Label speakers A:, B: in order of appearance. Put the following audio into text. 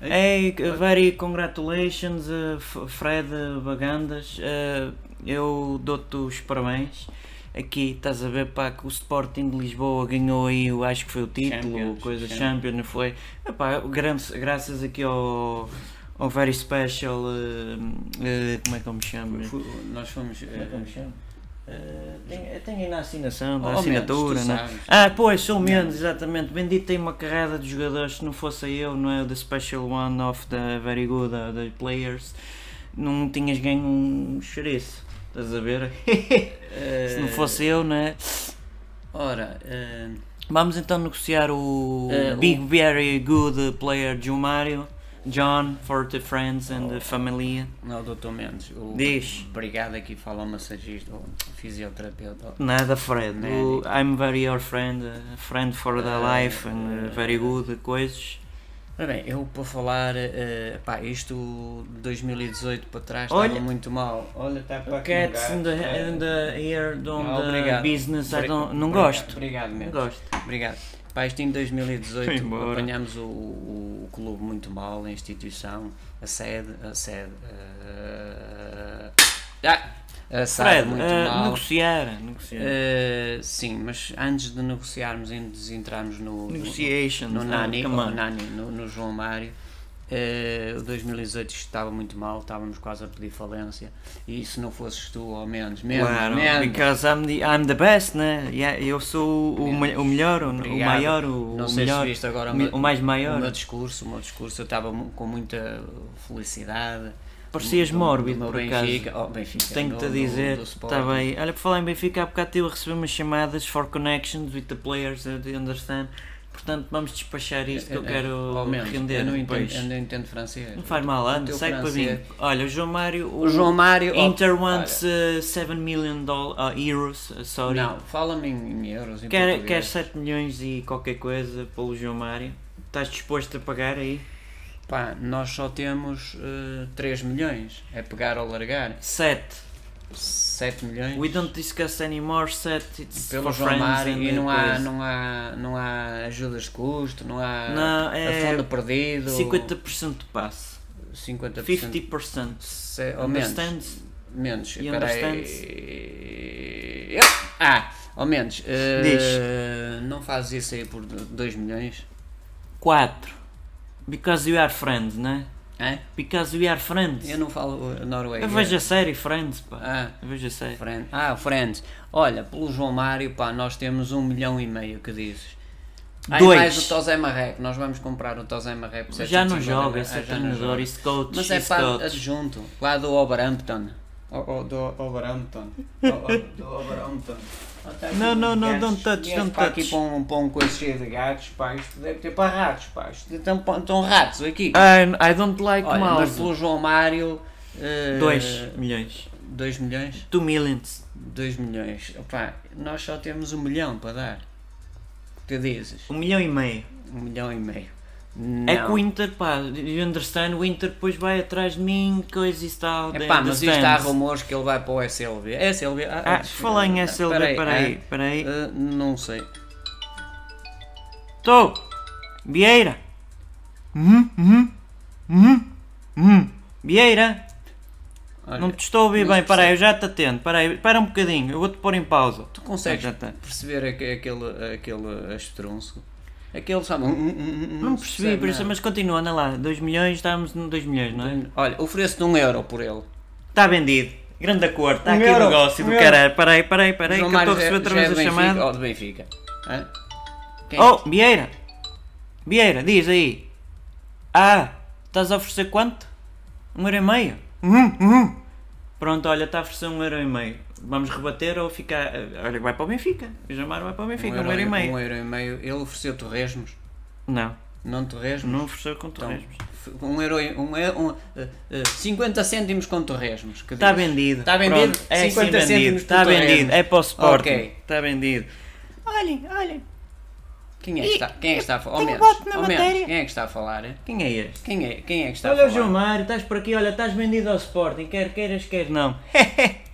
A: Hey, very congratulations, eh, F- Fred Bagandas. Eh, eu dou-te os parabéns. Aqui estás a ver pá, que o Sporting de Lisboa ganhou aí, eu acho que foi o título,
B: Champions,
A: coisa
B: Champions.
A: Champions, não foi? Epá, gra- graças aqui ao, ao Very Special, eh, eh, como é que eu me chamo?
B: Fu- fu- Nós fomos.
A: Como é que eu me
B: eh,
A: chamo? Eh, tenho- eu tenho aí na assinação,
B: ao
A: na
B: menos,
A: assinatura,
B: Oh, tu
A: né?
B: sabes.
A: Ah, pois, sou menos, exatamente. Bendito tem uma carrada de jogadores. Se não fosse eu, não é? The special one of the very good uh, the players, não tinhas ganho um chouriço. Estás a ver? Se não
B: Eh,
A: fosse eu, não é?
B: Ora, eh,
A: Vamos então negociar o
B: Eh, o-
A: Big Very Good Player Gilmário, John, for the friends and the family.
B: não, doutor Mendes. O,
A: Diz.
B: Obrigado aqui, fala o massagista, o fisioterapeuta.
A: Nada, Fred. O- I'm very your friend, uh, friend for the
B: Eh,
A: life and uh, very good coisas.
B: Ora bem, eu para falar, eh, pá, isto de 2018 para trás
A: Olha. tá
B: estava muito mal. Olha, está para aqui um
A: Cats
B: gato,
A: in the,
B: eh,
A: in the air, don't
B: Ah,
A: the
B: obrigado.
A: business, I
B: Obri-
A: don't, tá? não
B: obrigado,
A: gosto.
B: Obrigado,
A: Não
B: mesmo.
A: gosto.
B: Obrigado. Pá, isto em 2018
A: Foi embora.
B: apanhámos o, o- o clube muito mal, a instituição, a sede, a sede. eh, ah, a sede
A: Fred,
B: muito
A: eh,
B: mal.
A: negociar, negociar.
B: Eh, sim, mas antes de negociarmos, antes de entrarmos no, no-
A: Negotiations,
B: no
A: ah,
B: Nani,
A: come
B: no,
A: on.
B: Nani no, no João Mário. eh, o 2018 estava muito mal, estávamos quase a pedir falência. E se não fosses tu, ao menos, menos,
A: Claro,
B: menos.
A: because I'm the, I'm the best, né? Yeah, eu sou o, me- o melhor, o, o
B: Obrigado.
A: maior, o,
B: não
A: o
B: sei
A: melhor,
B: se viste agora
A: o mi- o mais maior.
B: o meu discurso, o meu discurso, eu estava mu- com muita felicidade.
A: Parecias
B: Do- do
A: mórbido,
B: meu
A: por acaso.
B: Benfica, oh, Benfica,
A: Tenho-te a
B: do- do-
A: dizer,
B: do
A: está
B: Sporting.
A: bem. Olha, por falar em Benfica, há bocado estive a receber umas chamadas for connections with the players, I do understand. Portanto, vamos despachar isto é que eu
B: Eh,
A: quero
B: ao menos,
A: render
B: eu não
A: depois.
B: entendo, eu não entendo francês.
A: Não faz mal, anda,
B: teu
A: segue para mim.
B: francês.
A: Olha, o João Mário.
B: O João Mário. oh,
A: Inter
B: olha,
A: wants uh, 7 million doll- uh, euros, uh, sorry.
B: Não, fala-me em em euros. Em
A: Quer,
B: português.
A: quer 7 milhões e qualquer coisa pelo João Mário? Estás disposto a pagar aí?
B: Pá, nós só temos 3 milhões. É pegar ou largar.
A: 7.
B: 7 milhões.
A: We don't discuss anymore 7. It's
B: pelo
A: for
B: João
A: friends
B: Mário
A: and
B: e não há,
A: coisa.
B: não, há, não há ajudas de custo, não há
A: Não,
B: a
A: é
B: fundo perdido.
A: 50% de passe.
B: 50%.
A: 50%.
B: Se, ou menos.
A: Understands?
B: Menos.
A: You
B: espera aí. Ah, ao menos. eh, não fazes isso aí por 2 milhões.
A: 4. Because you are friends, né?
B: Hã?
A: Because we are friends.
B: Eu não falo norueguês.
A: Eu vejo assim. a série Friends, pá.
B: Ah,
A: Eu vejo a série.
B: Friend. Ah, Friends. Olha, pelo João Mário, pá, nós temos um milhão e meio que dizes. Ah, e
A: Dois.
B: mais o Tozé Marreco. Nós vamos comprar o Tozé Marreco. por
A: Já não
B: 750.
A: joga,
B: Ah,
A: esse é
B: já não
A: treinador,
B: joga.
A: esse coach,
B: Mas é
A: esse
B: pá,
A: coach.
B: adjunto. Lá do Oberhampton. Oh, do Oberhampton. do Oberhampton.
A: Não, não, não, don't touch, don't
B: pá, aqui
A: touch.
B: para um, para um coisa cheio de gatos, pá, isto deve ter para ratos, pá, isto um, estão, estão ratos aqui.
A: I, I don't like
B: Olha, mas
A: mouse.
B: pelo João Mário... eh,
A: 2 milhões.
B: 2 milhões?
A: 2 millions.
B: 2 milhões. Opá, nós só temos um milhão para dar. Tu dizes?
A: 1 milhão e meio.
B: Um milhão e meio.
A: É que
B: Não.
A: o Inter, pá, you understand? O Inter depois vai atrás de mim, coisa e tal. they
B: Epá, mas isto há
A: understand.
B: rumores que ele vai para o SLB. SLB? Ah,
A: Ah,
B: antes-
A: falar em
B: ah,
A: SLB, peraí, peraí.
B: ah, ah, não sei.
A: Tô! Vieira! Uhum, uhum, uhum, uhum. Vieira!
B: Olha,
A: Não te estou a ouvir
B: mas
A: bem, peraí, eu já te atendo. Peraí, espera um bocadinho, eu vou-te pôr em pausa.
B: Tu consegues
A: Já tá.
B: perceber aque- aquele, aquele astronso? Aquele sabe. um, um, um, um,
A: Não
B: se
A: percebi, por isso, é
B: nada.
A: mas continua, anda lá. 2 milhões, estamos no 2 milhões, não é?
B: Olha, ofereço-te um euro por ele.
A: Está vendido. Grande acordo, está
B: Um
A: aqui
B: euro,
A: o negócio
B: um
A: do
B: euro.
A: caralho. Peraí, peraí, peraí, que eu
B: João
A: estou
B: Mário
A: a receber
B: já-
A: outra
B: já é
A: vez a
B: Benfica,
A: chamada.
B: Ou de Benfica. Hã? Quem?
A: Oh, Vieira! Vieira, diz aí. Ah, estás a oferecer quanto? Um euro e meio? Uhum, uhum. Pronto, olha, está a oferecer um euro e meio. Vamos rebater ou ficar. eh, Olha, vai para o Benfica. O Jamar vai para o Benfica, um, euro e meio.
B: Um euro e meio. Ele ofereceu torresmos.
A: Não,
B: Não torresmos?
A: não ofereceu com torresmos.
B: Um euro e- um, e- um, eh, eh, 50 cêntimos com torresmos. que
A: Está
B: diz.
A: Tá vendido.
B: Está Tá vendido?
A: Pronto, É
B: 50
A: sim vendido.
B: cêntimos por
A: Está vendido.
B: torresmos.
A: É para o Sporting.
B: Ok.
A: Está vendido. Olhem, olhem.
B: Quem é que está, quem é que está a falar? Ao
A: tenho
B: menos,
A: voto na
B: ao menos,
A: matéria.
B: quem é que está a falar? eh?
A: Quem é este?
B: Quem é, quem é que está
A: Olha
B: a
A: o
B: falar?
A: Gilmário, estás por aqui, olha, estás vendido ao Sporting, quer queiras, quer não.